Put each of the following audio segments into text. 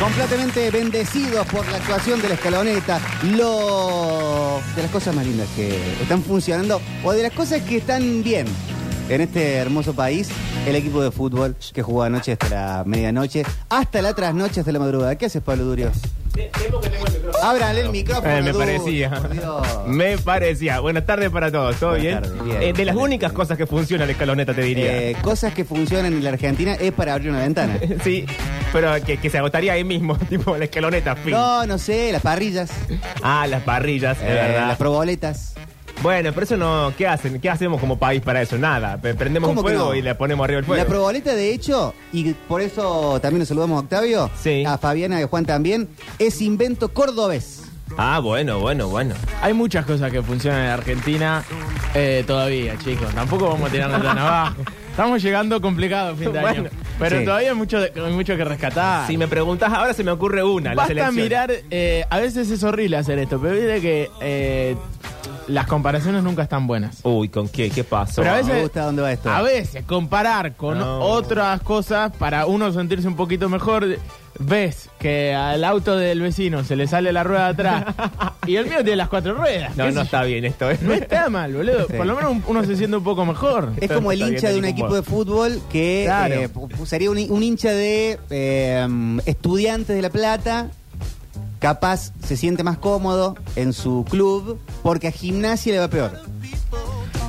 completamente bendecidos por la actuación de la escaloneta. Lo de las cosas más lindas que están funcionando o de las cosas que están bien en este hermoso país, el equipo de fútbol que jugó anoche hasta la medianoche, hasta la trasnoche, hasta la madrugada. ¿Qué haces, Pablo Durio? Ábrale el micrófono. Eh, me Durio, parecía. por Dios. Me parecía. Buenas tardes para todos. ¿Todo Buenas bien? tardes, bien. Eh, de las únicas cosas que funciona la escaloneta, te diría. Eh, cosas que funcionan en la Argentina es para abrir una ventana. Sí, pero que, que se agotaría ahí mismo, tipo la escaloneta, fin. No, no sé, las parrillas, Ah, las parrillas, es eh, verdad. las proboletas. Bueno, pero eso no. ¿Qué hacen? ¿Qué hacemos como país para eso? Nada. Pe- Prendemos un ¿Cómo que fuego no? y le ponemos arriba el La fuego. proboleta, de hecho, y por eso también nos saludamos a Octavio, Sí. a Fabiana y a Juan también, es invento cordobés. Ah, bueno, bueno, bueno. Hay muchas cosas que funcionan en Argentina eh, todavía, chicos. Tampoco vamos a tirarnos tan abajo. Estamos llegando complicados fin de año. Bueno, pero sí. todavía hay mucho, hay mucho que Ah. rescatar. Si me preguntas ahora se me ocurre una, la Basta selección. mirar, eh, a veces es horrible hacer esto, pero viste que eh, las comparaciones nunca están buenas. Uy, ¿con qué? ¿Qué pasó? Pero a veces- Me gusta dónde va esto. A veces comparar con No. otras cosas para uno sentirse un poquito mejor, ves que al auto del vecino se le sale la rueda de atrás y el mío tiene las cuatro ruedas. No, ¿Qué no sé está bien esto. ¿eh? No está mal, boludo. Sí. Por lo menos un- uno se siente un poco mejor. Es como el Está bien, hincha de un tenés equipo humor. de fútbol que Claro. eh, pu- sería un, un hincha de eh, estudiantes de La Plata. Capaz se siente más cómodo en su club porque a gimnasia le va peor.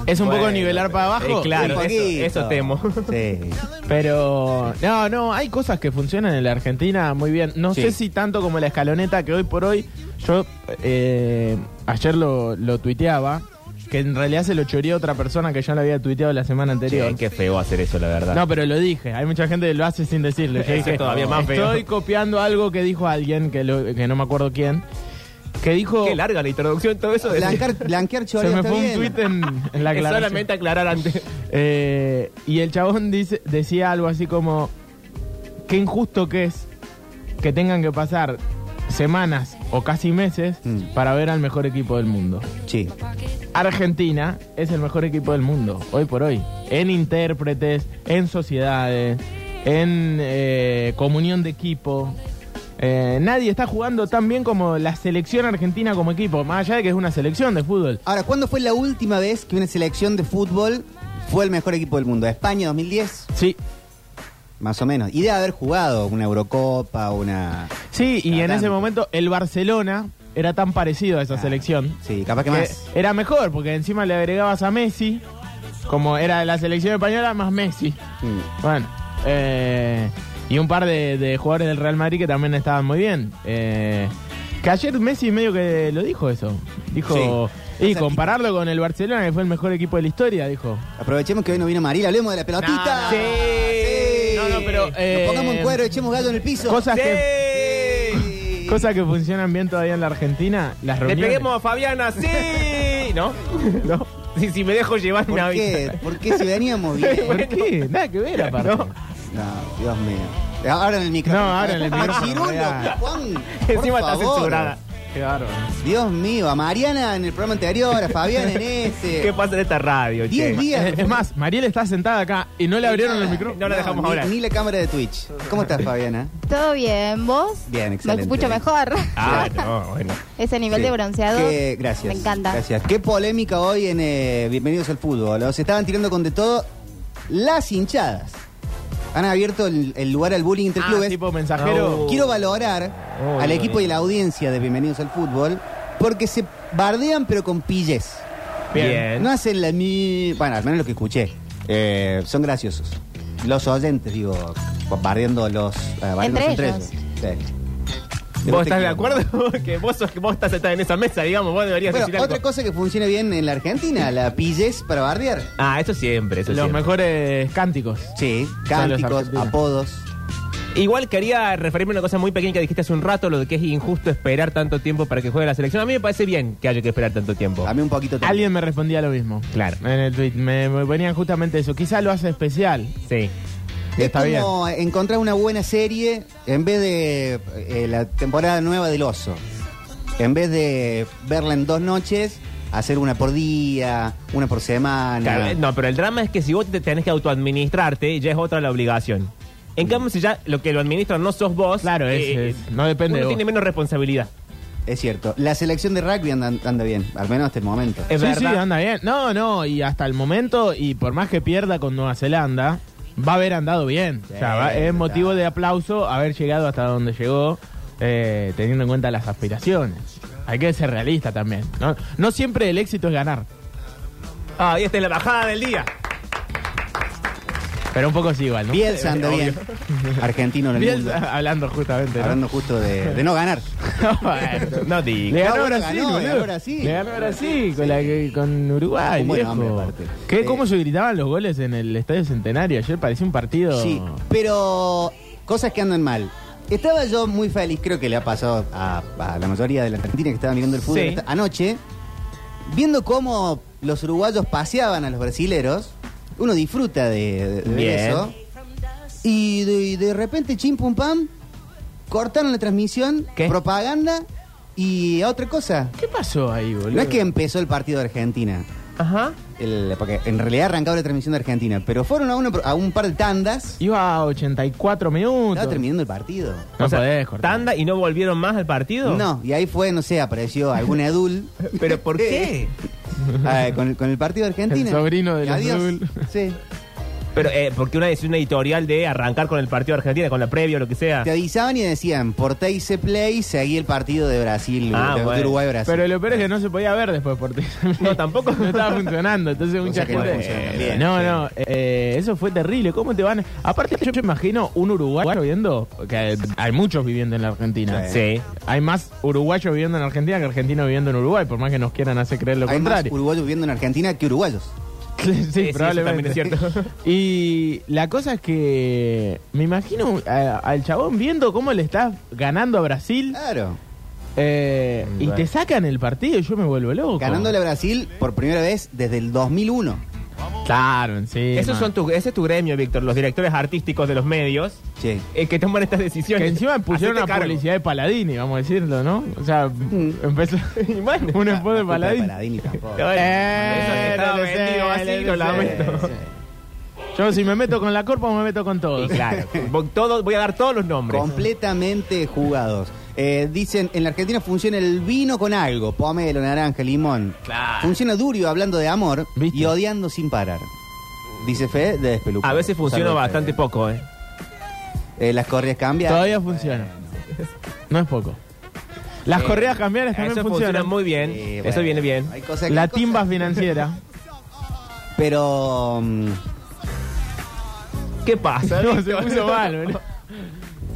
Es un poco Bueno, nivelar para eh, abajo. claro. Un eso- poquito. eso temo. Sí. Pero no, no, hay cosas que funcionan en la Argentina muy bien. No Sí. sé si tanto como la escaloneta que hoy por hoy, yo eh, ayer lo, lo tuiteaba, que en realidad se lo choreó otra persona que yo lo había tuiteado la semana anterior. Che, qué feo hacer eso, la verdad. No, pero lo dije. Hay mucha gente que lo hace sin decirlo. Yo Eso dije, es todavía más feo. Estoy copiando algo que dijo alguien, que, lo- que no me acuerdo quién, que dijo... Qué larga la introducción, todo eso. de- Blancar, blanquear se choreo me está fue un bien. tuit en, en la Es aclaración. solamente aclarar antes. Eh, y el chabón dice, decía algo así como, qué injusto que es que tengan que pasar semanas o casi meses Mm. para ver al mejor equipo del mundo. Sí. Argentina es el mejor equipo del mundo, hoy por hoy, en intérpretes, en sociedades, en eh, comunión de equipo. Eh, nadie está jugando tan bien como la selección argentina como equipo, más allá de que es una selección de fútbol. Ahora, ¿cuándo fue la última vez que una selección de fútbol fue el mejor equipo del mundo? ¿España 2010? Sí, Más o menos. Y de haber jugado una Eurocopa, una... Sí, y Cada en ese tanto. momento el Barcelona era tan parecido a esa Ah, selección. Sí, capaz que que más. Era mejor, porque encima le agregabas a Messi, como era la selección española, más Messi. Mm. Bueno, eh, y un par de, de jugadores del Real Madrid que también estaban muy bien. Eh, que ayer Messi medio que lo dijo eso. Dijo, Sí. y O sea, compararlo con el Barcelona, que fue el mejor equipo de la historia, dijo. Aprovechemos que hoy no vino María, hablemos de la pelotita. No, no. Sí. No, no, pero, eh, Nos pongamos en cuero, echemos gallo en el piso. Cosas, que, ¡Sí! cosas que funcionan bien todavía en la Argentina, las Le reuniones. peguemos a Fabiana, ¡sí! ¿No? ¿no? Si, si me dejo llevar, ¿Por me avisa. qué? ¿Por qué si veníamos bien? ¿Por qué? Nada que ver, aparte. No. No, Dios mío. Ahora en el micrófono. No, ahora en el micrófono, Cirulo, mirá. Juan, por Encima está favor. censurada. Qué bárbaro. Dios mío, a Mariana en el programa anterior, a Fabián en este. ¿Qué pasa en esta radio, Diez che? días. Eh, Es más, Mariel está sentada acá y no le abrieron el micrófono. No la dejamos ni, hablar. Ni la cámara de Twitch. ¿Cómo estás, Fabiana? Todo bien, ¿vos? Bien, Me excelente. escucho mejor. Ah, no, bueno. Ese nivel Sí. de bronceado. Qué- gracias. Me encanta. Gracias. Qué polémica hoy en eh, Bienvenidos al Fútbol. Los estaban tirando con de todo las hinchadas. Han abierto el, el lugar al bullying entre Ah, clubes. tipo mensajero. Quiero valorar Oh, al no, equipo no. y la audiencia de Bienvenidos al Fútbol porque se bardean pero con pilles. Bien. Bien. No hacen la mi... Bueno, al menos lo que escuché. Eh, son graciosos. Los oyentes, digo, bardeando los... eh, bardeándose Entre Sí. ¿Vos estás de Quiero. acuerdo? que vos, sos- vos estás sentada en esa mesa, digamos. Vos deberías Bueno, decir algo. otra cosa que funciona bien en la Argentina, la pillez para bardear. Ah, eso siempre, eso Los siempre. mejores cánticos. Sí, Son los cánticos, argentinos. apodos. Igual quería referirme a una cosa muy pequeña que dijiste hace un rato, lo de que es injusto esperar tanto tiempo para que juegue la selección. A mí me parece bien que haya que esperar tanto tiempo. A mí un poquito también. Alguien me respondía lo mismo. Claro. En el tweet. Me, me ponían justamente eso. Quizá lo hace especial. Sí. Es Está como encontrar una buena serie en vez de eh, la temporada nueva del oso. En vez de verla en dos noches, hacer una por día, una por semana. Claro, No, pero el drama es que si vos te tenés que autoadministrarte, ya es otra la obligación. En cambio, si ya lo que lo administran no sos vos, eh, Claro, es- es- no depende uno de vos. tiene menos responsabilidad. Es cierto. La selección de rugby anda, anda bien, al menos hasta el momento. Es sí, verdad. sí, anda bien. No, no, y hasta el momento, y por más que pierda con Nueva Zelanda, va a haber andado bien. o sea, va- es motivo de aplauso haber llegado hasta donde llegó, eh, teniendo en cuenta las aspiraciones. Hay que ser realista también. No, no siempre el éxito es ganar, Ah, y esta es la bajada del día. pero un poco sí igual, ¿no? Eh, Bielsa anda bien. Argentino en el Bielsa, mundo. hablando justamente. ¿no? Hablando justo de, de no ganar. Bueno, no digas. Le No, ganó bueno, Brasil, ganó, boludo. ganó Brasil. Le ganó Brasil con, la que- con Uruguay, Un buen viejo. hombre, aparte. ¿Qué, Eh, ¿Cómo se gritaban los goles en el Estadio Centenario? Ayer parecía un partido... Sí, pero cosas que andan mal. Estaba yo muy feliz, creo que le ha pasado a, a la mayoría de la Argentina que estaba mirando el fútbol Sí. esta- anoche, viendo cómo los uruguayos paseaban a los brasileros. Uno disfruta de, de- de Bien. eso. Y de, y de repente, chim pum pam, cortaron la transmisión, ¿Qué? propaganda y a otra cosa. ¿Qué pasó ahí, boludo? No es que empezó el partido de Argentina. Ajá. el- porque en realidad arrancaba la transmisión de Argentina, pero fueron a, una- a un par de tandas. Iba a 84 minutos. Estaba terminando el partido. No podés cortar. ¿Tanda y no volvieron más al partido? No, y ahí fue, no sé, apareció algún edul. ¿Pero por qué? Ah, con, el, con el partido de Argentina. El sobrino del Y adiós. Edul. Sí. Pero eh, porque una es una editorial de arrancar con el partido de Argentina, con la previa o lo que Ah. sea. Te avisaban y decían, por Teise Play seguí el partido de Brasil, Ah, de- de bueno. Uruguay-Brasil. Pero lo peor es que no se podía ver después por ti. No, tampoco. No estaba funcionando, entonces mucha que no gente... funciona Eh, bien, no, sí. no, eh, eso fue terrible. ¿Cómo te van? Aparte, yo me imagino un uruguayo viendo, que hay- hay muchos viviendo en la Argentina. Sí. Sí. Hay más uruguayos viviendo en Argentina que argentinos viviendo en Uruguay, por más que nos quieran hacer creer lo Hay más contrario. uruguayos viviendo en Argentina que uruguayos. sí, Sí, sí, probablemente. eso también es cierto. y la cosa es que me imagino a- al chabón viendo cómo le estás ganando a Brasil Claro. eh, y Bueno. te sacan el partido y yo me vuelvo loco. Ganándole a Brasil por primera vez desde el 2001. Claro, sí. Eh, Esos son man. tu- ese es tu gremio, Víctor, los directores artísticos de los medios Sí. eh, que toman estas decisiones. Que encima pusieron Hacete a cargo. Mm. publicidad de Paladini, vamos a decirlo, ¿no? O sea, empezó un spot de Paladini. Paladini tampoco. Bueno, eso que Eh, estaba no lo sé, vendido así, no lo lo lamento. sé. Yo si me meto con la corpa me meto con todo. Y claro, voy, todo- voy a dar todos los nombres. Completamente jugados. Eh, dicen, en la Argentina funciona el vino con algo, pomelo, naranja, limón. Claro. Funciona Durio hablando de amor ¿Viste? y odiando sin parar. Dice Fe de Despeluco. a veces funciona bastante poco, ¿eh? Eh, las correas cambian. Todavía funciona. No es poco. Eh, Las correas cambiares Eso también funciona funcionan. muy bien. Sí, Eso Eh, bueno, viene bien. hay cosas que- la hay cosas. timba financiera. Pero. mm, ¿Qué pasa? No, se Víctor? puso mal, boludo.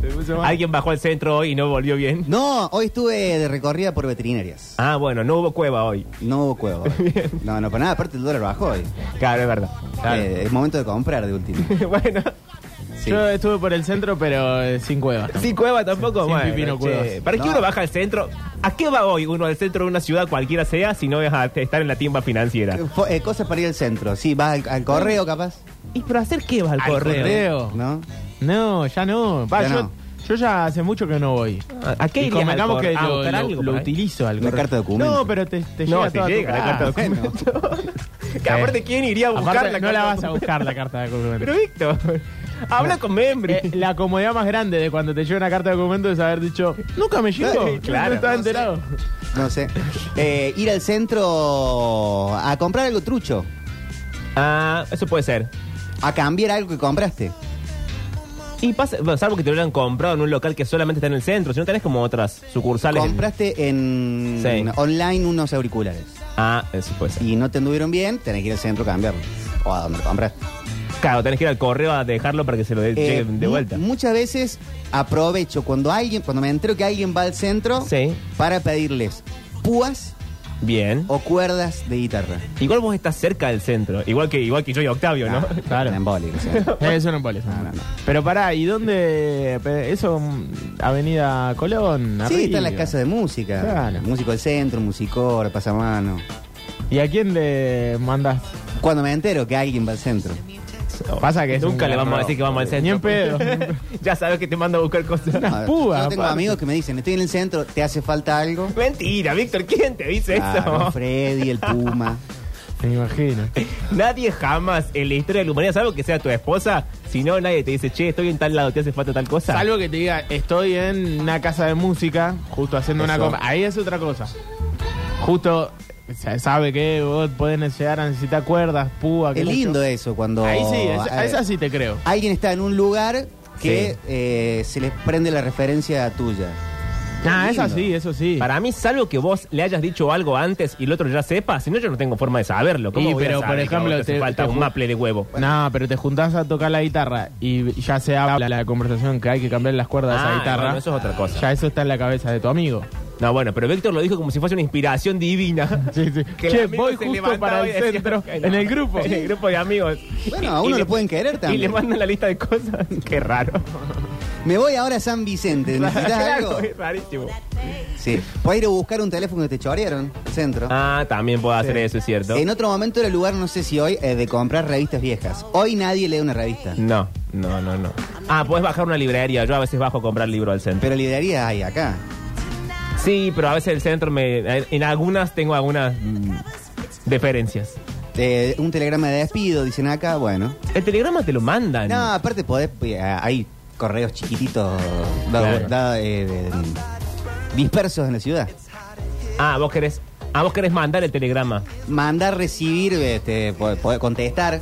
Se puso mal. Alguien bajó al centro hoy y no volvió bien. No, hoy estuve de recorrida por veterinarias. Ah, bueno, no hubo cueva hoy. No hubo cueva. hoy. No, no, para nada. Aparte, el dólar bajó hoy. Claro, es verdad. Claro. Eh, es momento de comprar de último. bueno, Sí. Yo eh, estuve por el centro, pero eh, sin cuevas. sin cueva tampoco. Sin bueno, pipí no che, cuevas. ¿Para qué No. uno baja al centro? ¿A qué va hoy uno al centro de una ciudad cualquiera sea si no es a estar en la timba financiera? Eh, fo- eh, cosas para ir al centro. Sí, vas al, al correo capaz. ¿Y pero hacer qué vas al, Al ¿No? No, ya no. Va, Ya yo, no. yo ya hace mucho que no voy. ¿A qué Y irías al convengamos correo? que Ah, lo, buscar lo- algo lo por ahí. utilizo al Una correo. carta de documento. No, pero te, te No, llega te toda tu llega la carta. carta de documento. Bueno. Que aparte, ¿quién iría a buscar Aparte, la no carta la de vas a documento? buscar la carta de documento. Pero Víctor, habla con Membri. Eh, la comodidad más grande de cuando te llega una carta de documento es haber dicho, nunca me llegó. Sí, claro. No estaba No sé. enterado. No sé. Eh, ir al centro a comprar algo trucho. Ah, eso puede ser. A cambiar algo que compraste. Y pasa, bueno, salvo que te lo hubieran comprado en un local que solamente está en el centro, si no tenés como otras sucursales. en- Compraste en Sí. online unos auriculares. Ah, eso puede ser. Y no te anduvieron bien, tenés que ir al centro a cambiarlos. O a donde lo compraste. Claro, tenés que ir al correo a dejarlo para que se lo de- Eh, lleguen de mu- vuelta. Muchas veces aprovecho cuando alguien, cuando me entero que alguien va al centro Sí. para pedirles púas Bien. o cuerdas de guitarra. Igual vos estás cerca del centro, igual que, igual que yo y Octavio, ¿no? Ah, Claro. En boli, o sea. Eh, Eso no puede ser. No, no, no. Pero pará, ¿y dónde? pe- Eso, mm, Avenida Colón. Sí, arriba. están las casas de música. Claro. Músico del centro, musicor, pasamano. ¿Y a quién le mandas? Cuando me entero que alguien va al centro. Pasa que es Nunca un le vamos a garrón. decir que vamos al centro. Ni en pedo. ya sabes que te mando a buscar cosas. A ver, púas, Yo tengo aparte. amigos que me dicen, estoy en el centro, ¿te hace falta algo? Mentira, Víctor, ¿quién te dice Claro, eso? Freddy, el Puma. Me imagino. Nadie jamás en la historia de la humanidad, salvo que sea tu esposa, si no, nadie te dice, che, estoy en tal lado, te hace falta tal cosa. Salvo que te diga, estoy en una casa de música, justo haciendo una Eso. compra. Ahí es otra cosa. Justo se sabe que vos podés llegar a necesitar cuerdas, púa. Es qué sé lindo yo. eso cuando. Ahí sí, es- eh, a esa sí te creo. Alguien está en un lugar que Sí. eh, se les prende la referencia tuya. Ah, lindo. esa sí, eso sí. Para mí, salvo que vos le hayas dicho algo antes y el otro ya sepa, si no, yo no tengo forma de saberlo. ¿Cómo Y, voy a pero, saber por que a ejemplo, vos te, hace te- falta te un ju- maple de huevo? No, pero te juntás a tocar la guitarra y ya se habla la conversación que hay que cambiar las cuerdas a Ah, esa guitarra. bueno, eso es otra cosa. Ya eso está en la cabeza de tu amigo. No, bueno, pero Víctor lo dijo como si fuese una inspiración divina. Sí, sí. Que el Che, amigo voy se justo levantaba para y el decía, centro, "Ay, no". en el grupo. En el grupo de amigos. Bueno, a uno le- lo pueden querer también. Y le mandan la lista de cosas. Qué raro. Me voy ahora a San Vicente. ¿Necesitas Claro, algo? es rarísimo. Sí. Puedes ir a buscar un teléfono que te chorearon, centro. Ah, también puedo hacer eso, es cierto. En otro momento era el lugar, no sé si hoy, eh, de comprar revistas viejas. Hoy nadie lee una revista. No, no, no, no. Ah, puedes bajar una librería. Yo a veces bajo a comprar libros al centro. Pero librería hay acá. Sí, pero a veces el centro me. En algunas tengo algunas mm, diferencias. Eh, un telegrama de despido, dicen acá, bueno. El telegrama te lo mandan. No, aparte podés, eh, hay correos chiquititos da- Claro. da- eh, de- dispersos en la ciudad. Ah, vos querés. Ah, vos querés mandar el telegrama. Mandar, recibir, este, po- poder contestar.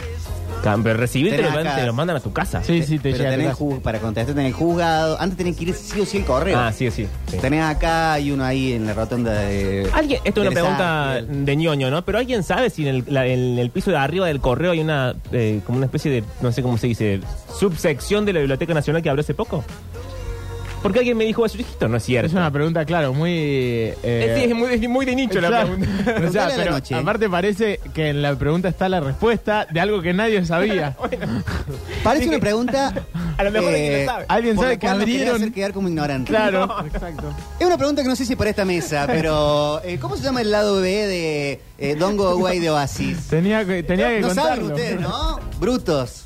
Cam- Pero recibir te Tenés lo, mandan, acá. te lo mandan a tu casa. Sí, sí, te pero llega. tenés ju- para contestar tenés juzgado. Antes tenés que ir sí o sí el correo. Ah, sí, sí. sí. Tenés acá y uno ahí en la rotonda de. ¿Alguien, esto es una del pregunta Sánchez. de ñoño, ¿no? Pero ¿alguien sabe si en el, la- en el piso de arriba del correo hay una eh, como una especie de, no sé cómo se dice, subsección de la Biblioteca Nacional que abrió hace poco? Porque alguien me dijo eso. Yo dije, esto no es cierto. Es una pregunta, claro, muy... eh, Eh, sí, es muy, de- muy de nicho la Claro. pregunta. O sea, Preguntale a la pero noche. aparte parece que en la pregunta está la respuesta de algo que nadie sabía. Parece una pregunta. eh, A lo mejor alguien lo sabe. Alguien por la sabe que cual nos querés abrieron- hacer quedar como ignorante. claro, exacto. Es una pregunta que no sé si para esta mesa, pero eh, ¿cómo se llama el lado B de eh, Don't Go Away de Oasis? Tenía que, tenía que no saben contarlo. ustedes, ¿no? Brutos.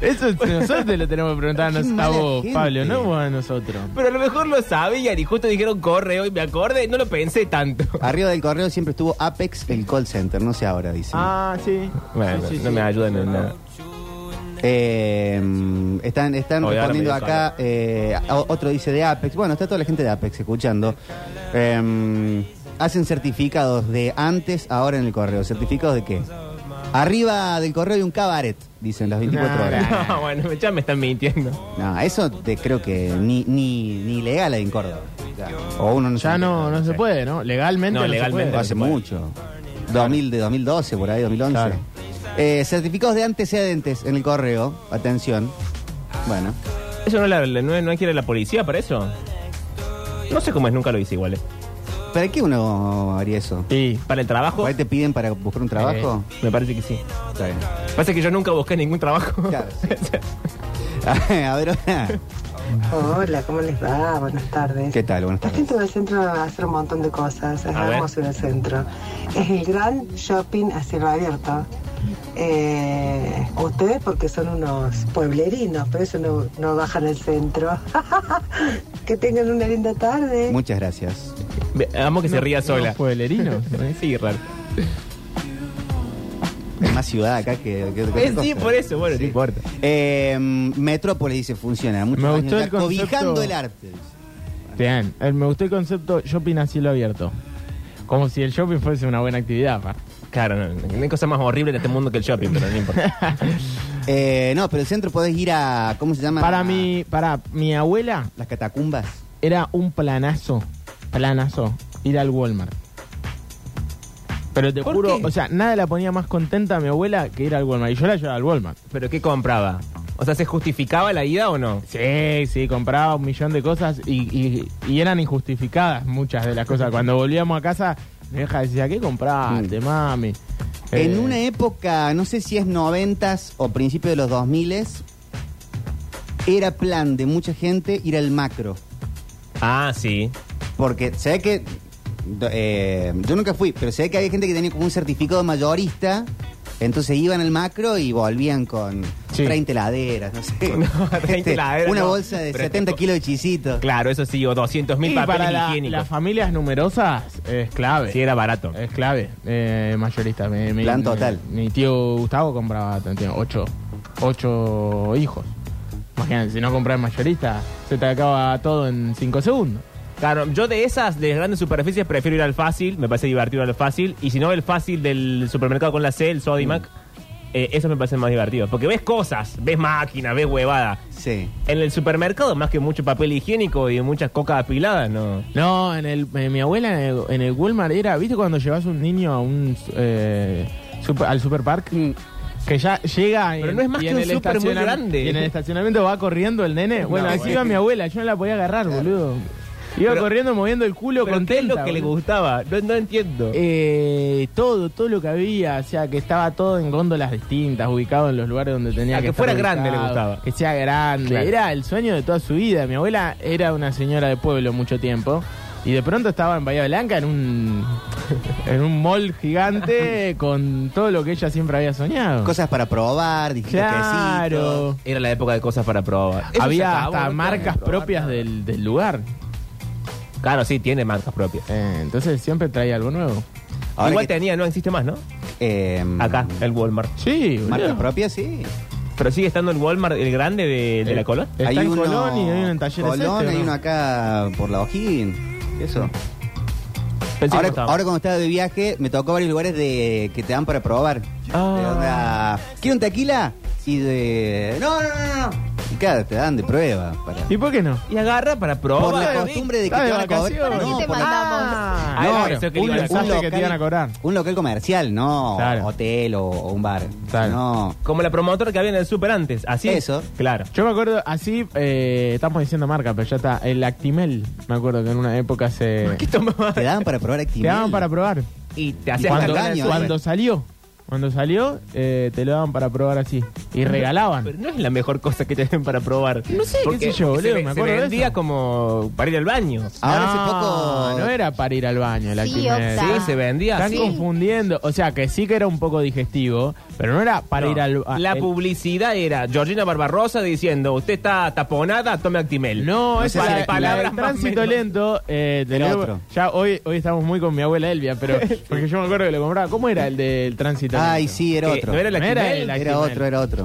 Eso es- nosotros te lo tenemos que preguntar a, Qué nos- a mala vos, gente. Pablo, no vos a nosotros. Pero a lo mejor lo sabían y justo dijeron correo y me acordé, no lo pensé tanto. Arriba del correo siempre estuvo Apex, el call center, no sé ahora, dicen. Ah, sí. Bueno, Sí, sí, no sí. me ayudan en nada. Eh, mm, están están Oye, ahora respondiendo me dio acá, eh, a- otro dice de Apex, bueno, está toda la gente de Apex escuchando. Eh, hacen certificados de antes, ahora en el correo. ¿Certificados de qué? Arriba del correo hay un cabaret, dicen las 24 Nah, horas. No, bueno, ya me están mintiendo. No, eso te creo que ni, ni, ni legal hay en Córdoba. Ya. O uno no Ya sabe. no, no se puede, ¿no? Legalmente. No, se legalmente puede. no Hace mucho. 2000 de 2012, por ahí, 2011. Claro. Eh, certificados de antecedentes en el correo. Atención. Bueno. ¿Eso no, la, la- no, no hay que ir a la policía para eso? No sé cómo es, nunca lo hice igual. eh. ¿Para qué uno haría eso? Sí. ¿Para el trabajo? Eh, ¿Por ahí te piden para buscar un trabajo? Eh. Me parece que sí. Está bien. Pasa que yo nunca busqué ningún trabajo. Claro, A ver, hola. Hola, ¿cómo les va? Buenas tardes. ¿Qué tal? Buenas La tardes. gente va al centro a hacer un montón de cosas. Es A ver. hermoso ir al centro. Es el gran shopping a cielo abierto. Eh, ustedes porque son unos pueblerinos, por eso no, no bajan al centro. que tengan una linda tarde. Muchas gracias. Ve- Amo que se ría sola. Los pueblerinos. ¿eh? sí, raro. Hay más ciudad acá que... que otra Eh, sí, cosa. por eso, bueno, no importa. Eh, Metrópolis dice, funciona. Muchos Me años gustó ya el concepto. Cobijando el arte. Bien, eh, me gustó el concepto shopping a cielo abierto. Como si el shopping fuese una buena actividad. pa. Claro, no, no hay cosa más horrible en este mundo que el shopping, pero no importa. Eh, no, pero el centro podés ir a... ¿Cómo se llama? Para A- mi, para mi abuela Las catacumbas. era un planazo, planazo, ir al Walmart. Pero te ¿Por juro, qué? o sea, nada la ponía más contenta a mi abuela que ir al Walmart. Y yo la llevaba al Walmart. ¿Pero qué compraba? O sea, ¿se justificaba la ida o no? Sí, sí, compraba un millón de cosas y, y- y eran injustificadas muchas de las cosas. Cuando volvíamos a casa, mi vieja decía, ¿qué compraste, mami? Mm. En Eh, una época, no sé si es noventas o principio de los 2000 era plan de mucha gente ir al macro. Ah, sí. Porque sé que. do- eh, yo nunca fui, pero sé que había gente que tenía como un certificado mayorista Entonces iban al macro y volvían con Sí. 30 heladeras, no sé. No, 30 Este, heladeras, Una no. bolsa de Pero 70 tipo- kilos de chisitos. Claro, eso sí, o 200 mil Y para papeles la- higiénicos. las familias numerosas es clave. Sí, era barato. Es clave, eh, mayorista. Mi, mi- Plan mi- total. Mi, tío Gustavo compraba tenía ocho, ocho hijos. Imagínense, si no compras mayorista, se te acaba todo en cinco segundos. Claro, yo de esas, de grandes superficies, prefiero ir al fácil, me parece divertido ir al fácil. Y si no, el fácil del supermercado con la C, el Sodimac, eh, eso me parece más divertido. Porque ves cosas, ves máquinas, ves huevada. Sí. En el supermercado, más que mucho papel higiénico y muchas cocas apiladas, no. No, en el, eh, mi abuela en el, en el Walmart era, ¿viste cuando llevas un niño a un eh, super- al superpark? Mm. Que ya llega Pero en- no es más y que en un el súper muy estacionam- grande. Y en el estacionamiento va corriendo el nene. Bueno, No, así bueno. iba mi abuela, yo no la podía agarrar, boludo. Iba Pero- corriendo moviendo el culo Pero contenta. ¿qué es lo que le boludo. gustaba? No, no entiendo. Eh, todo, todo lo que había, o sea, que estaba todo en góndolas distintas, ubicado en los lugares donde tenía Ah, que que estar fuera grande ubicado, le gustaba. Que sea grande. Claro. Era el sueño de toda su vida. Mi abuela era una señora de pueblo mucho tiempo. Y de pronto estaba en Bahía Blanca en un, en un mall gigante con todo lo que ella siempre había soñado. Cosas para probar, distintos quesitos. claro. Era la época de cosas para probar. Eso se Había acabó, hasta ¿no? marcas Probar propias nada. del, del lugar. Claro, sí, tiene marcas propias. Eh, entonces siempre traía algo nuevo. Ahora Igual que- tenía, no existe más, ¿no? eh, Acá, el Walmart. Sí, Marca boludo. propia, sí. Pero sigue estando el Walmart, el grande de, de la Eh, Colón. Está en Colón y hay uno en Talleres Colón, Este, ¿o hay no? uno acá por la Ojín. Eso. Pensé ahora, que no estaba. ahora cuando estaba de viaje, me tocó varios lugares de que te dan para probar. Ah. De onda, ¿Quiero un tequila? Y de... No, no, no, no. Y claro, te dan de prueba. Para... ¿Y por qué no? Y agarra para probar. por la Ay, costumbre de que está te de van a cobrar. vacaciones. ¿Para qué te por la- mandamos? Ah, No, era eso que un- le un iba a decir. Pensaste que local- te iban a cobrar. Un local comercial, no Claro. hotel o, o un bar. Claro. No. Como la promotora que había en el super antes. Así. Eso. Claro. Yo me acuerdo, así, eh, estamos diciendo marca, pero ya está, el Actimel, me acuerdo que en una época se... ¿Qué tomaba? Te dan para probar Te actividad. daban para probar. Y te hacías Cuando, cargar en el daño, cuando super. salió, cuando salió, eh, te lo daban para probar así. Y regalaban. Pero no es la mejor cosa que te den para probar. No sé, qué Porque sé yo, boludo, se ve- me acuerdo Se de vendía eso. Ah, como para ir al baño. Ahora hace No, poco- No era para ir al baño el Sí, Actimel. Octa. Sí, se vendía Están así. confundiendo. O sea, que sí que era un poco digestivo, pero no era para No, ir al a- La el- publicidad era Georgina Barbarosa diciendo, usted está taponada, tome Actimel. No, No es sé si para la- palabra más tránsito menos. lento. eh, Era tenemos- otro. Ya hoy, hoy estamos muy con mi abuela Elvia, pero porque yo me acuerdo que lo compraba. ¿Cómo era el del tránsito Ay, lento? sí, era Que otro. no era el No era Actimel. el Era Actimel. otro, era otro.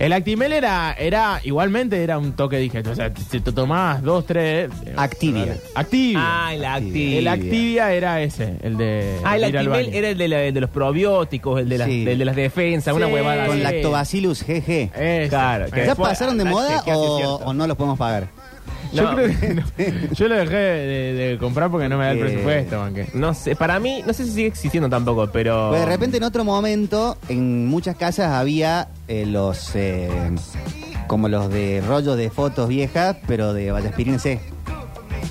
El Actimel era, era igualmente era un toque digestivo. O sea, si te tomabas dos, tres. eh, Activia. Activia. Ah, el Actimel. Actimel. el Activia era ese, el de. Ah, el ir al Actimel baño. era el de, la- el de los probióticos, el de, las- Sí. el de las defensas, una Sí. huevada. Con así. lactobacillus GG. Ese. Claro, Eh, que- ¿Ya después- pasaron de ah, moda chequeate, o, cierto. o no los podemos pagar? Yo No. creo que no. Yo lo dejé de, de comprar porque no me da el Eh. presupuesto, banque. No sé, para mí, no sé si sigue existiendo tampoco, pero... Pues de repente en otro momento, en muchas casas había eh, los eh, como los de rollos de fotos viejas, pero de Vallaspirina C.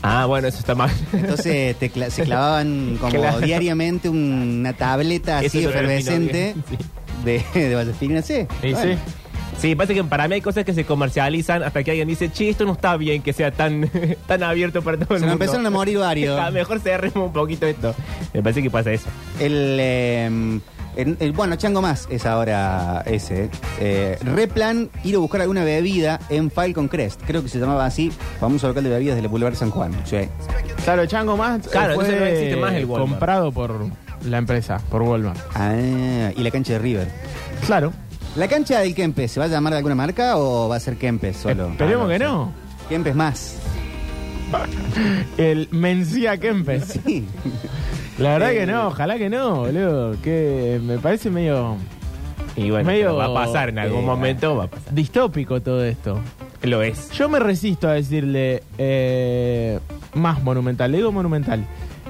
Ah, bueno, eso está mal. Entonces te cla- se clavaban como Claro. diariamente una tableta Eso así yo lo termino efervescente de, de Vallaspirina C. Y Bueno, sí. sí, pasa que para mí hay cosas que se comercializan hasta que alguien dice, che, esto no está bien que sea tan, tan abierto para todo el Se nos mundo. empezaron a morir varios. Ah, Mejor se arrema un poquito esto. Me parece que pasa eso. El, eh, el- el- bueno, Chango Más es ahora ese. Eh, Replan, ir a buscar alguna bebida en Falcon Crest. Creo que se llamaba así. Famoso local de bebidas del Boulevard San Juan. Sí. Claro, Chango más eh, Claro, fue entonces no existe más el Walmart. comprado por la empresa, por Walmart. Ah, y la cancha de River. Claro. ¿La cancha del Kempes se va a llamar de alguna marca o va a ser Kempes solo? Esperemos que Ah, no. sí. Kempes más. El Mencía Kempes. Sí. La verdad que no, ojalá que no, boludo. Que me parece medio Y bueno, Medio- pero va a pasar en algún eh, momento, va a pasar. distópico todo esto. Lo es. Yo me resisto a decirle eh, más monumental. Le digo monumental.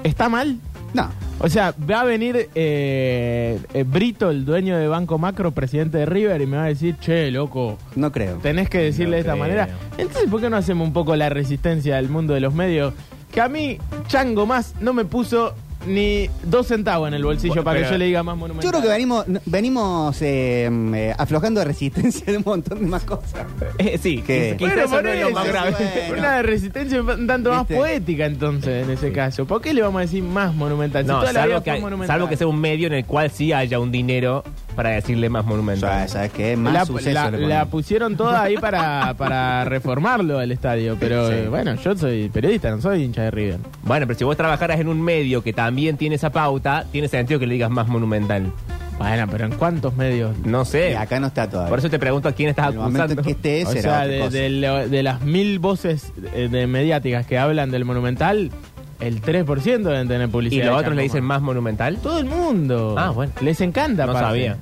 ¿Está mal? No. O sea, va a venir eh, eh, Brito, el dueño de Banco Macro, presidente de River, y me va a decir, che, loco, No creo. tenés que decirle No de esta creo. manera. Entonces, ¿por qué no hacemos un poco la resistencia del mundo de los medios? Que a mí, Chango más, no me puso ni dos centavos en el bolsillo Bueno, para que pero- yo le diga más monumental. Yo creo que venimos, venimos eh, eh, aflojando de resistencia de un montón de más cosas. Eh, sí, ¿Qué? quizás Bueno, eso por no es lo eso, más grave. bueno. Una resistencia un tanto más ¿Viste? poética, entonces, en ese caso. ¿Por qué le vamos a decir más monumental? Si No, toda la vida salvo fue que, monumental. salvo que sea un medio en el cual sí haya un dinero para decirle más O monumental. sea, ¿sabes qué? Más la, suceso la- le ponen. la pusieron toda ahí para, para reformarlo el estadio, pero Sí. eh, bueno, yo soy periodista, no soy hincha de River. Bueno, pero si vos trabajaras en un medio que también tiene esa pauta, tiene sentido que le digas más monumental. Bueno, pero ¿en cuántos medios? No Y sé. eh, acá no está todavía. Por eso te pregunto a quién estás en el momento acusando. en que este esté será O sea, otra de, cosa. de lo- de las mil voces eh, de mediáticas que hablan del Monumental, el 3% deben tener Y publicidad. los de otros le dicen Chacoma. más monumental. Todo el mundo. Ah, bueno. Les encanta. No aparte. sabía.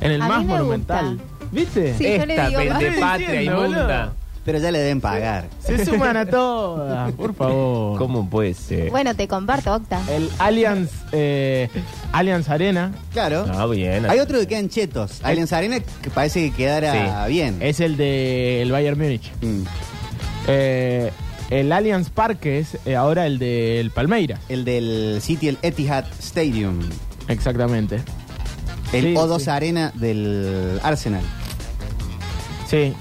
En el A mí más me Monumental. ¿Viste? Sí, yo le Esta digo más. patria Estoy diciendo, inmunda. boludo. Pero ya le deben pagar. Se suman a todas, por favor. ¿Cómo puede ser? Bueno, te comparto, Octa. El Allianz, eh, Allianz Arena Claro. Ah, bien. Hay otro que quedan chetos. Allianz Arena que parece que quedara Sí. bien. es el del Bayern Múnich. Mm. Eh, el Allianz Parque es eh, ahora el del Palmeiras. El del City, el Etihad Stadium. Exactamente. El Sí, O2 sí. Arena del Arsenal. Sí,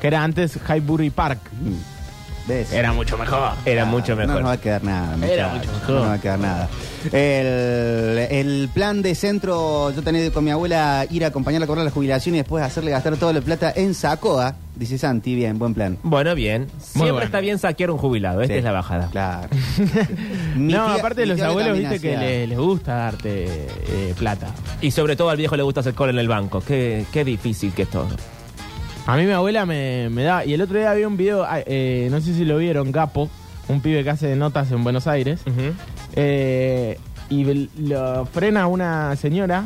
que era antes Highbury Park. Mm. ¿Ves? Era mucho mejor. Era Ah, mucho No mejor. nos va a quedar nada. Era muchachos, mucho mejor. No nos va a quedar nada. El, el plan de centro, yo tenía con mi abuela ir a acompañarla a cobrar la jubilación y después hacerle gastar toda la plata en Sacoa. Dice Santi, bien, buen plan. Bueno, bien. Siempre bueno. está bien saquear un jubilado. Esta Sí, es la bajada. Claro. Mi No, tía- aparte mi los tía le abuelos, camina viste que hacia- le- les gusta darte eh, plata. Y sobre todo al viejo le gusta hacer cola en el banco. Qué, qué difícil que es todo. A mí mi abuela me, me daba, y el otro día había un video, ah, eh, no sé si lo vieron, Gapo, un pibe que hace notas en Buenos Aires, eh, y bel- lo frena una señora,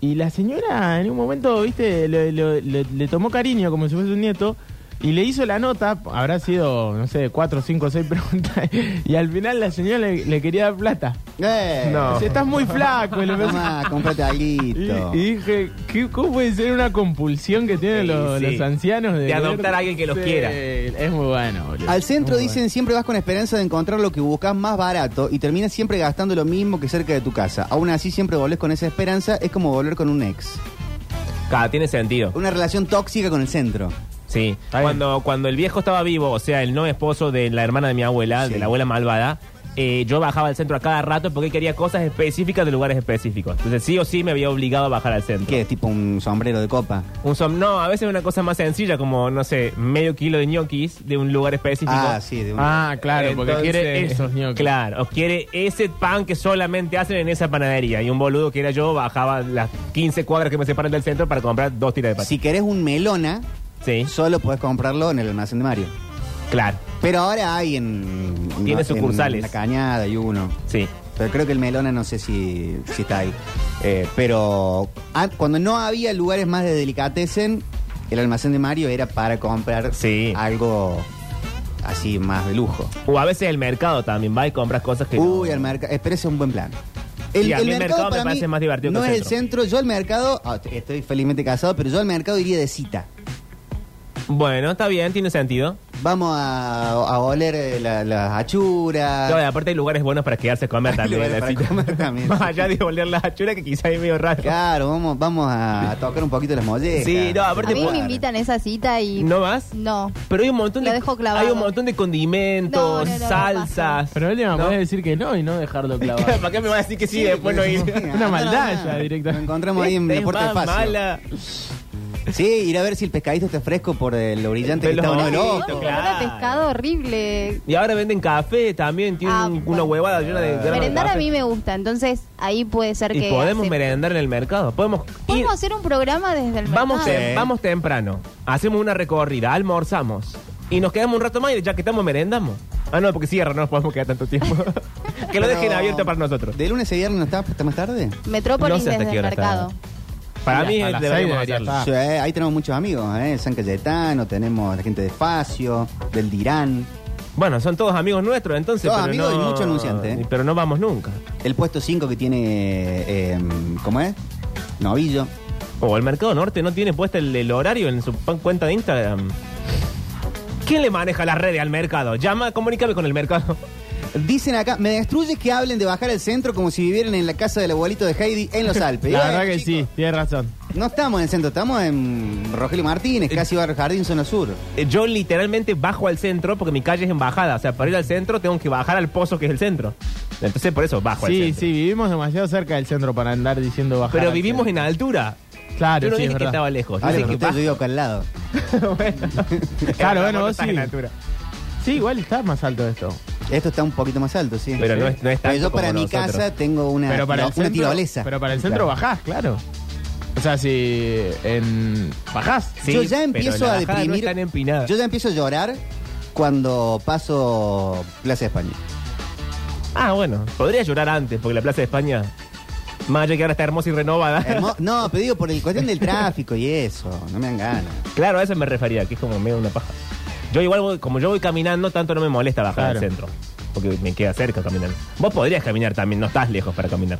y la señora en un momento, viste, lo- lo- le- le tomó cariño como si fuese un nieto, y le hizo la nota, habrá sido, no sé, cuatro, cinco, seis preguntas, y al final la señora le, le quería dar plata. ¡Eh! No. Dice, estás muy flaco, y le empezó- Tomá, comprate Y, alguito. y dije, ¿qué, ¿cómo puede ser una compulsión que tienen Sí, los, sí. los ancianos de, De adoptar ver- a alguien que los Sí, quiera. Es muy bueno, boludo. Al centro Muy dicen siempre vas con esperanza de encontrar lo que buscas más barato y terminas siempre gastando lo mismo que cerca de tu casa. Aún así siempre volvés con esa esperanza, es como volver con un ex. Cada tiene sentido. Una relación tóxica con el centro. Sí. bien. Cuando, cuando el viejo estaba vivo, o sea, el no esposo de la hermana de mi abuela, Sí. de la abuela malvada, eh, yo bajaba al centro a cada rato porque él quería cosas específicas de lugares específicos. Entonces sí o sí me había obligado a bajar al centro. ¿Qué? ¿Tipo un sombrero de copa? Un som- no, a veces una cosa más sencilla, como, no sé, medio kilo de ñoquis de un lugar específico. Ah, sí, de un... bueno. Ah, claro, porque Entonces, quiere esos ñoquis. Claro, o quiere ese pan que solamente hacen en esa panadería. Y un boludo que era yo bajaba las 15 cuadras que me separan del centro para comprar dos tiras de pan. Si querés un melona, Sí, solo podés comprarlo en el almacén de Mario. claro, Pero ahora hay en... Tiene en sucursales. La Cañada y uno. sí. Pero creo que el melona no sé si, si está ahí. Eh, pero ah, cuando no había lugares más de delicatessen, el almacén de Mario era para comprar Sí. algo así más de lujo. O a veces el mercado también va y compras cosas que. no- Uy, el mercado. Espera, ese es un buen plan. Sí, a mí el mercado me parece más divertido que no el es el centro. Yo al mercado, ah, estoy felizmente casado, pero yo al mercado iría de cita. Bueno, está bien, tiene sentido. Vamos a, a oler eh, la- las achuras. Claro, y aparte hay lugares buenos para quedarse a comer Ah. Hay también. lugares así para que- comer también. Más allá de volver las achuras que quizás es medio raro. Claro, vamos, vamos a tocar un poquito las mollejas. Sí, no, aparte A mí puedo- me invitan a esa cita y... ¿No vas? No. Pero hay un montón de. Lo dejo clavado. Hay un montón de condimentos, No, no, no, no salsas. Pero él me ¿no? puede decir que no y no dejarlo clavado. ¿Para qué me va a decir que sí, y después no ir? Una maldad ya, directa. Lo encontramos ahí en la Es puerta del más Facio. mala. Sí, ir a ver si el pescadito está fresco por eh, lo brillante que De los está uno del ojitos, otro. Olor claro. a pescado horrible. Y ahora venden café también, tienen Ah, una bueno. huevada llena Ah. de granos de Merendar a café. mí me gusta, entonces ahí puede ser que... Y podemos acepte. merendar en el mercado. Podemos ir. Podemos hacer un programa desde el Vamos, mercado. tem- Sí. vamos temprano. Hacemos una recorrida, almorzamos. Y nos quedamos un rato más y ya que estamos merendamos. Ah, no, porque cierra, no nos podemos quedar tanto tiempo. que lo Pero, dejen abierto para nosotros. ¿De lunes a viernes no está hasta más tarde? Metrópolis No sé hasta desde qué el hora está. mercado. Para Mira, mí a las deberíamos seis debería hacerlo. estar. Ah. Sí, ahí tenemos muchos amigos, ¿eh? San Cayetano, tenemos la gente de Facio, del Dirán, Bueno, son todos amigos nuestros, entonces. Todos pero amigos no- y mucho anunciante, ¿eh? Pero no vamos nunca. el puesto 5 que tiene, eh, ¿cómo es? Novillo. O el Mercado Norte no tiene puesta el, el horario en su pan- cuenta de Instagram. ¿Quién le maneja las redes al mercado? Llama, comunícame con el mercado. Dicen acá, me destruye que hablen de bajar al centro como si vivieran en la casa del abuelito de Heidi en los Alpes. La Eh, verdad que chicos, sí, tiene razón. No estamos en el centro, estamos en Rogelio Martínez, casi Barrio Jardín, zona sur. Eh, Yo literalmente bajo al centro porque mi calle es en bajada. O sea, para ir al centro tengo que bajar al pozo que es el centro. Entonces por eso bajo al Sí, centro. sí, vivimos demasiado cerca del centro para andar diciendo bajar. Pero al vivimos centro. en altura. Claro, Yo no sí, es dije que verdad. estaba lejos. yo Ahora dije que que usted baja. yo vivo acá al lado. Claro, Ahora bueno, no vos estás sí. en la altura. Sí, igual está más alto esto. Esto está un poquito más alto, sí. Pero no es- no es Pero tanto yo para como mi nosotros. casa tengo una, pero para no, el una centro, tirolesa. Pero para el Claro. centro bajás, claro. O sea, si en bajás. Sí, yo ya pero empiezo la a bajada deprimir. No están empinadas. Yo ya empiezo a llorar cuando paso Plaza de España. Ah, bueno. Podría llorar antes, porque la Plaza de España, más allá que ahora está hermosa y renovada. Hermo- no, pero digo por el cuestión del tráfico y eso. No me dan ganas. Claro, a eso me refería, que es como medio una paja. Yo igual, voy- como yo voy caminando, tanto no me molesta bajar al Claro. centro. Porque me queda cerca caminar. Vos podrías caminar también, no estás lejos para caminar.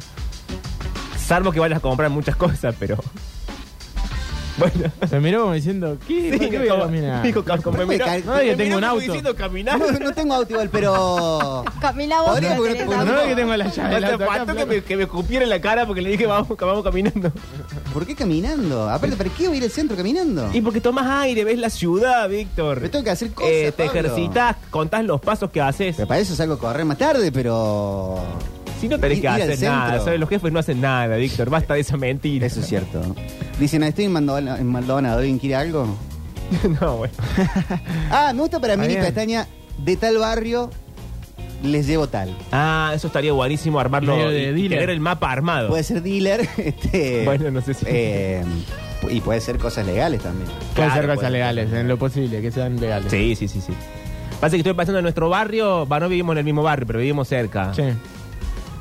Salvo que vayas a comprar muchas cosas, pero... Bueno. Me miró como diciendo, ¿qué? ¿Por qué voy a como- caminar? dijo, como Puede me miró- caer- No, yo me tengo miró un como auto. diciendo caminar. No, no tengo auto igual, pero. Camila vos. Podría, que porque tenés no- auto. No es que tengo la llave. del Hasta auto acá, faltó que flaco. me, que me escupiera en la cara porque le dije vamos, vamos caminando. ¿Por qué caminando? Aparte, ¿para qué voy a ir al centro caminando? Y porque tomás aire, ves la ciudad, Víctor. Pero tengo que hacer cosas, Eh, te Pablo. ejercitas, contás los pasos que haces. Pero para eso salgo a correr más tarde, pero. Si no tenés Ir- que ir al hacer nada, centro. ¿sabes? Los jefes no hacen nada, Víctor. Basta de esa mentira. Eso es cierto. Dicen, "Ah, estoy en Maldonado, en Maldonado, ¿alguien quiere algo? no, bueno. Ah, me gusta para Está mí mi bien. pestaña de tal barrio, les llevo tal. Ah, eso estaría buenísimo armarlo. Medio de y- y dealer. tener el mapa armado. Puede ser dealer, este. Bueno, no sé si- eh, y puede ser cosas legales también. Puede Claro, ser cosas puede. legales, en lo posible, que sean legales. Sí, sí, sí, sí. Pasa que estoy pasando en nuestro barrio. Va, no vivimos en el mismo barrio, pero vivimos cerca. Sí.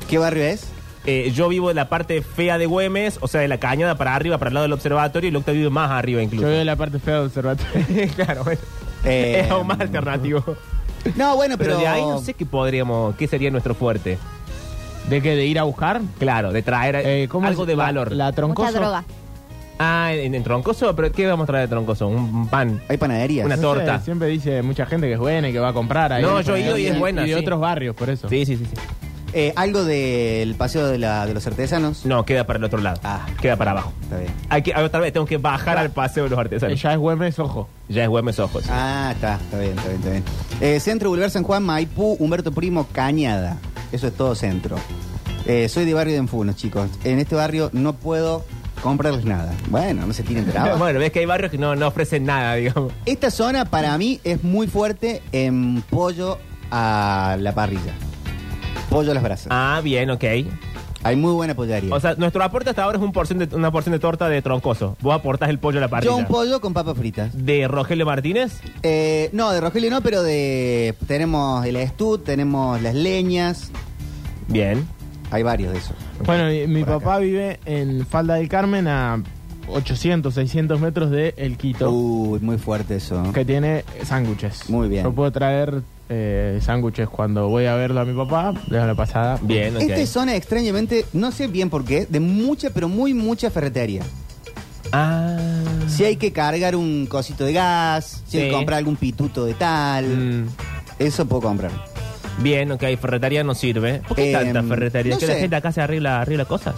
¿Qué barrio es? Eh, yo vivo en la parte fea de Güemes, o sea, de la cañada para arriba, para el lado del observatorio, y Locta vive más arriba Yo incluso. veo la parte fea del observatorio. claro, bueno. Eh, es aún más alternativo. No, bueno, Pero, pero. de ahí no sé qué podríamos, qué sería nuestro fuerte. ¿De qué? ¿De ir a buscar? Claro, de traer eh, Eh, ¿cómo algo es? de La- valor. La troncosa. Mucha droga. Ah, en, en troncoso, pero ¿qué vamos a traer de troncoso? Un, un pan. Hay panaderías. Una No sé, torta. siempre dice mucha gente que es buena y que va a comprar ahí. No, en yo he ido y Paraná. es buena, Y de sí. otros barrios, por eso. Sí, sí, sí, sí. Eh, algo del paseo de, la, de los artesanos. No, queda para el otro lado. Ah. Queda para abajo. Está bien. Hay que, otra vez tengo que bajar al paseo de los Eh, artesanos. Ya es Güemes, ojo. Ya es Güemes Ojos. Ah, está, está bien, está bien, está bien. Eh, centro Boulevard San Juan, Maipú, Humberto Primo, Cañada. Eso es todo centro. Eh, soy de barrio de Enfunos, chicos. En este barrio no puedo comprarles nada. Bueno, no se tienen trabajo. bueno, ves que hay barrios que no, no ofrecen nada, digamos. Esta zona para mí es muy fuerte en pollo a la parrilla. Pollo a las brasas. Ah, bien, ok. Hay muy buena pollería. O sea, nuestro aporte hasta ahora es un porción de, una porción de torta de troncoso. Vos aportás el pollo a la parrilla. Yo un pollo con papas fritas. ¿De Rogelio Martínez? Eh, no, de Rogelio no, pero de tenemos el estud, tenemos las leñas. Bien. Hay varios de esos. Bueno, y mi Por acá. papá vive en Falda del Carmen a 800, 600 metros de El Quito, Uh. Uy, muy fuerte eso. que tiene sándwiches. Muy bien. Yo puedo traer eh, sándwiches cuando voy a verlo a mi papá, de la pasada. Bien, ok. Esta es Este zona extrañamente, no sé bien por qué, de mucha, pero muy mucha ferretería. Ah. Si hay que cargar un cosito de gas, si hay que Sí. comprar algún pituto de tal, Mm, eso puedo comprar. bien, ok. Ferretería no sirve. ¿Por qué Eh, tanta ferretería? no ¿Que la sé. gente acá se arregla, arregla cosas?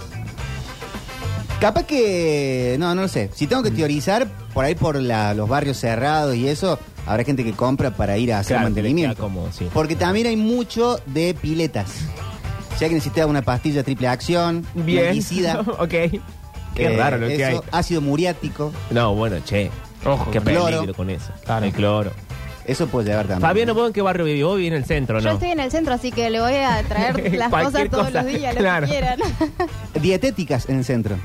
Capaz que, no, no lo sé. Si tengo Mm. que teorizar, por ahí por la- los barrios cerrados y eso, habrá gente que compra para ir a hacer Claro, mantenimiento. que le queda como, sí. Porque también hay mucho de piletas. Si alguien necesita una pastilla triple acción, bioticida, ok. Qué raro lo que hay. ácido muriático, No, bueno, che. Ojo, Qué con cloro. peligro con eso. Claro. El cloro. eso puede llevar también. Fabiano, ¿vos en qué barrio vivís? ¿Vos vivís en el centro, Yo no? estoy en el centro, así que le voy a traer las Cualquier cosas todos cosa, los días, claro. lo que quieran. Dietéticas en el centro.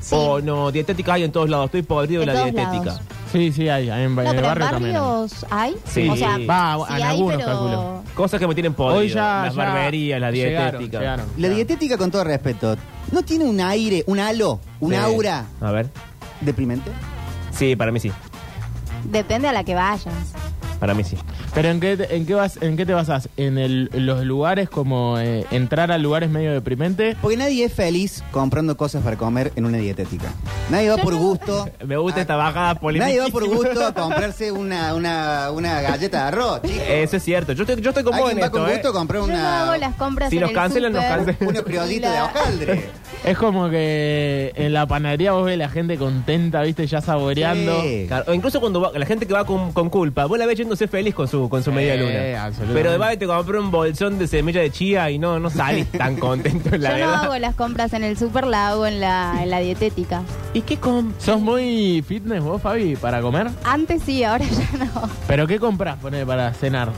Sí. Oh, no, dietética hay en todos lados. Estoy podrido de En la todos dietética. lados. Sí, sí, hay, hay en, No, en el pero en barrio también. hay. barrios hay. Sí. O sea, Va, sí en hay, algunos, pero... calculo. Cosas que me tienen podrido. Hoy ya. las ya barberías, las llegaron, dietéticas. llegaron. La dietética, con todo respeto, ¿no tiene un aire, un halo, un Sí. aura A ver. deprimente? Sí, para mí sí. Depende a la que vayas. Para mí sí. Ah, Pero ¿en qué, te- en qué vas, en qué te basas? ¿En el- los lugares como eh, entrar a lugares medio deprimente? Porque nadie es feliz comprando cosas para comer en una dietética. Nadie va por gusto. Me gusta a- esta bajada polémica. Nadie va por gusto a comprarse una, una, una galleta de arroz, chicos. Eso es cierto. Yo estoy, yo estoy como Eh, en Alguien va esto, con ¿eh? gusto a comprar Yo no hago las una, compras Si en nos el cancelan, nos súper. cancelan. unos criollitos de La- hojaldre. Es como que en la panadería vos ves la gente contenta, viste, ya saboreando. Sí. Claro, o incluso cuando va- la gente que va con, con culpa, vos la ves yendo haciéndose feliz con su, con su Eh, media luna. absolutamente. Pero de padre te compré un bolsón de semilla de chía y no, no salís tan contento, la Yo no verdad. hago las compras en el super, la hago en la, en la dietética. ¿Y qué compras? ¿Sos muy fitness vos, Fabi, para comer? Antes sí, ahora ya no. ¿Pero qué compras poné, para cenar?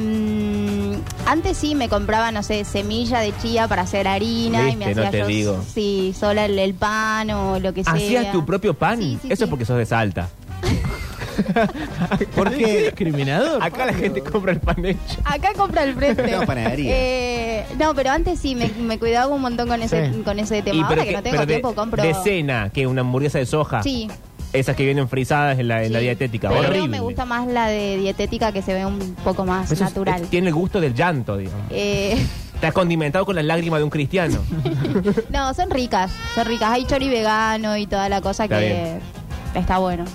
Em, antes sí me compraba, no sé, semilla de chía para hacer harina y me Viste, hacía no te yo digo. sí, sola el, el pan o lo que sea. ¿Hacías tu propio pan? Sí, sí, Eso es sí. porque sos de Salta. ¿Por qué? discriminador? Acá la gente compra el pan hecho. Acá compra el frente. No, panadería. Eh, no, pero antes sí, me, me cuidaba un montón con ese, Sí. con ese tema. Y Ahora pero que, qué- no tengo pero de- tiempo, compro. De cena, que una hamburguesa de soja. Sí. Esas que vienen frisadas en la, en la sí. dietética. Pero horrible. me gusta más la de dietética que se ve un poco más Eso es- natural. es- tiene el gusto del llanto, digamos. Eh, Estás condimentado con las lágrimas de un cristiano. no, son ricas, son ricas. Hay chori vegano y toda la cosa Está que está bueno.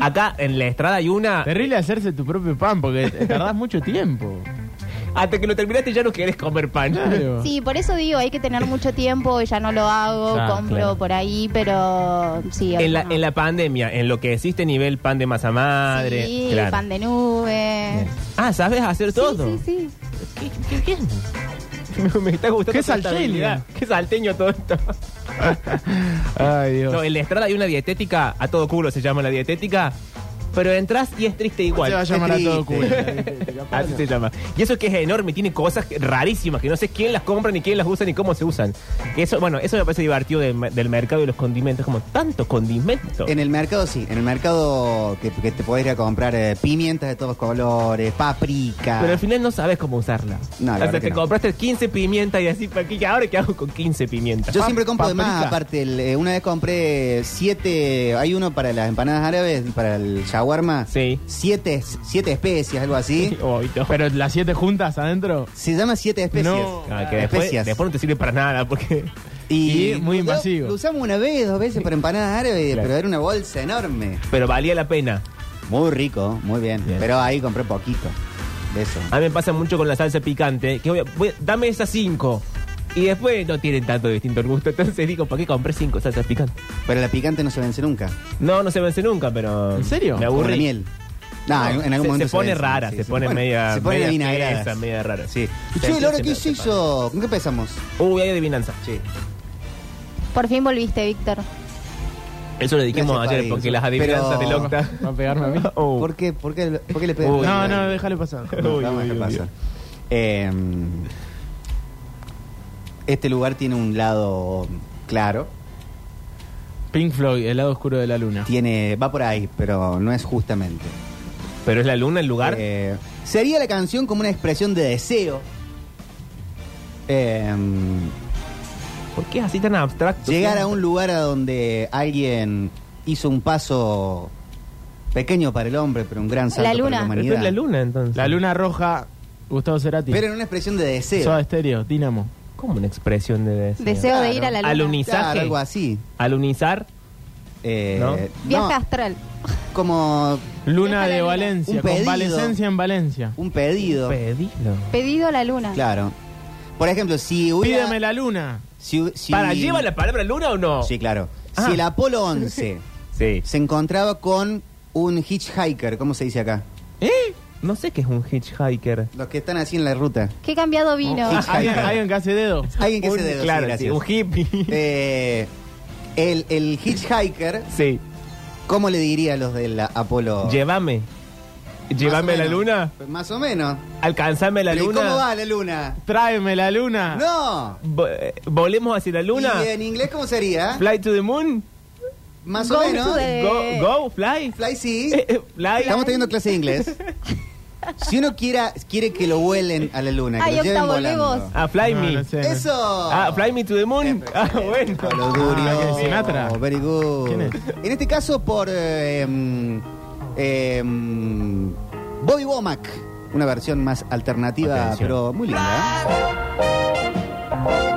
Acá en la estrada hay una. Terrible hacerse tu propio pan porque te tardás mucho tiempo. Hasta que lo terminaste ya no querés comer pan. Claro. Sí, por eso digo, hay que tener mucho tiempo y ya no lo hago, Ah, compro claro. por ahí, pero sí. En la, alguna- en la pandemia, en lo que existe nivel pan de masa madre. Sí, claro. pan de nube. Ah, ¿sabes hacer todo? Sí, sí, sí. ¿Qué, qué- qué? Me, me está gustando. Qué esta salteño. habilidad. Qué salteño todo esto. Ay, Dios. No, en la estrada hay una dietética, a todo culo se llama la dietética, pero entras y es triste igual. Se va a llamar a Qué todo culo. Así se llama. Y eso que es enorme, tiene cosas que- rarísimas que no sé quién las compra, ni quién las usa, ni cómo se usan. Eso, bueno, eso me parece divertido del, me- del mercado y los condimentos, como tanto condimento. En el mercado sí, en el mercado que, que te podés ir a comprar eh, pimientas de todos los colores, paprika. Pero al final no sabes cómo usarla. No, la o verdad sea, que te no. compraste 15 pimientas y así, ¿para qué? ¿Ahora qué hago con 15 pimientas? Yo Pa- siempre compro de más, paprika. aparte, el, eh, una vez compré siete, hay uno para las empanadas árabes, para el shawarma, Sí. siete, siete especies, algo así. Ay, no. Pero las siete juntas adentro. Se llama siete especies. No. Ah, que después, Especias. después no te sirve para nada, porque... y muy lo- invasivo. Lo usamos una vez, dos veces para empanadas árabes, Claro. pero era una bolsa enorme. Pero valía la pena. Muy rico, muy bien. Bien. Pero ahí compré poquito de eso. A mí me pasa mucho con la salsa picante, que voy a- voy a- dame esas cinco. Y después no tienen tanto distinto el gusto. Entonces digo, ¿para qué compré cinco salsas picantes? Pero la picante no se vence nunca. No, no se vence nunca, pero. ¿En serio? Me Como la aburre. miel. No, en algún se, momento se pone vence, rara, sí, se, pone media. Se pone media vinagrada. espesa, media rara. Sí. Se Che, Laura, empieza ¿qué a se tapar. hizo? ¿Con qué empezamos? Uy, hay adivinanza. Sí. Por fin volviste, Víctor. Eso lo dijimos Gracias, ayer, Fabi. porque las adivinanzas Pero- del Octa. Va a pegarme a mí. Oh. ¿Por qué, por qué, por qué le pegas? Uy, No, no, déjale pasar. No, Uy, vamos a uy, dejar uy, pasar. Eh, este lugar tiene un lado claro. Pink Floyd, el lado oscuro de la luna. Tiene, va por ahí, pero no es justamente. Pero es la luna el lugar. Eh, sería la canción como una expresión de deseo. Eh, ¿Por qué es así tan abstracto? llegar a siempre? un lugar a donde alguien hizo un paso pequeño para el hombre, pero un gran salto La para luna. la Pero esto humanidad. es la luna, entonces. La luna roja, Gustavo Cerati. Pero en una expresión de deseo. Soda Stereo, Dínamo. ¿Cómo una expresión de deseo? Deseo de Claro. ir a la luna. Alunizaje. Claro, algo así. Alunizar. Eh, ¿No? Viaje no, astral. como Luna Deja la de luna. Un Valencia, pedido. convalecencia en Valencia. un pedido. Pedido. Pedido a la luna. Claro. Por ejemplo, si hubiera... Pídeme la luna. si- si- ¿Para lleva la palabra luna o no? Sí, claro. Ah. Si el Apolo 11 Sí. se encontraba con un hitchhiker, ¿cómo se dice acá? ¿Eh? No sé qué es un hitchhiker. Los que están así en la ruta. Qué cambiado vino. Oh, Ah, ¿Alguien, Hitchhiker. alguien que hace dedo. Alguien que Un- se debe Claro, sí, un hippie. Eh, el, el hitchhiker, sí. ¿cómo le diría a los del Apolo? Llévame. Más Llévame o a la menos. Pues luna. Más o menos. Alcanzame la Pero, ¿y luna. ¿Cómo va la luna? Tráeme la luna. No. Vo- eh, volemos hacia la luna. ¿Y en inglés cómo sería? Fly to the moon. Más Go o to menos. the- Eh. Go, go, fly. Fly sí. Eh, eh, fly. Estamos teniendo clase de inglés. Si uno quiera, quiere que lo vuelen a la luna, que Ay, lo lleven Octavo, volando. volvemos. Ah, fly No, me. no sé, no sé. ¡Eso! Ah, fly me to the moon. Ah, bueno. Pablo Durio. Ah, ¿quién es? Sinatra. Very good. ¿Quién es? En este caso por eh, em, em, Bobby Womack. Una versión más alternativa, Atención. pero muy linda. ¿eh?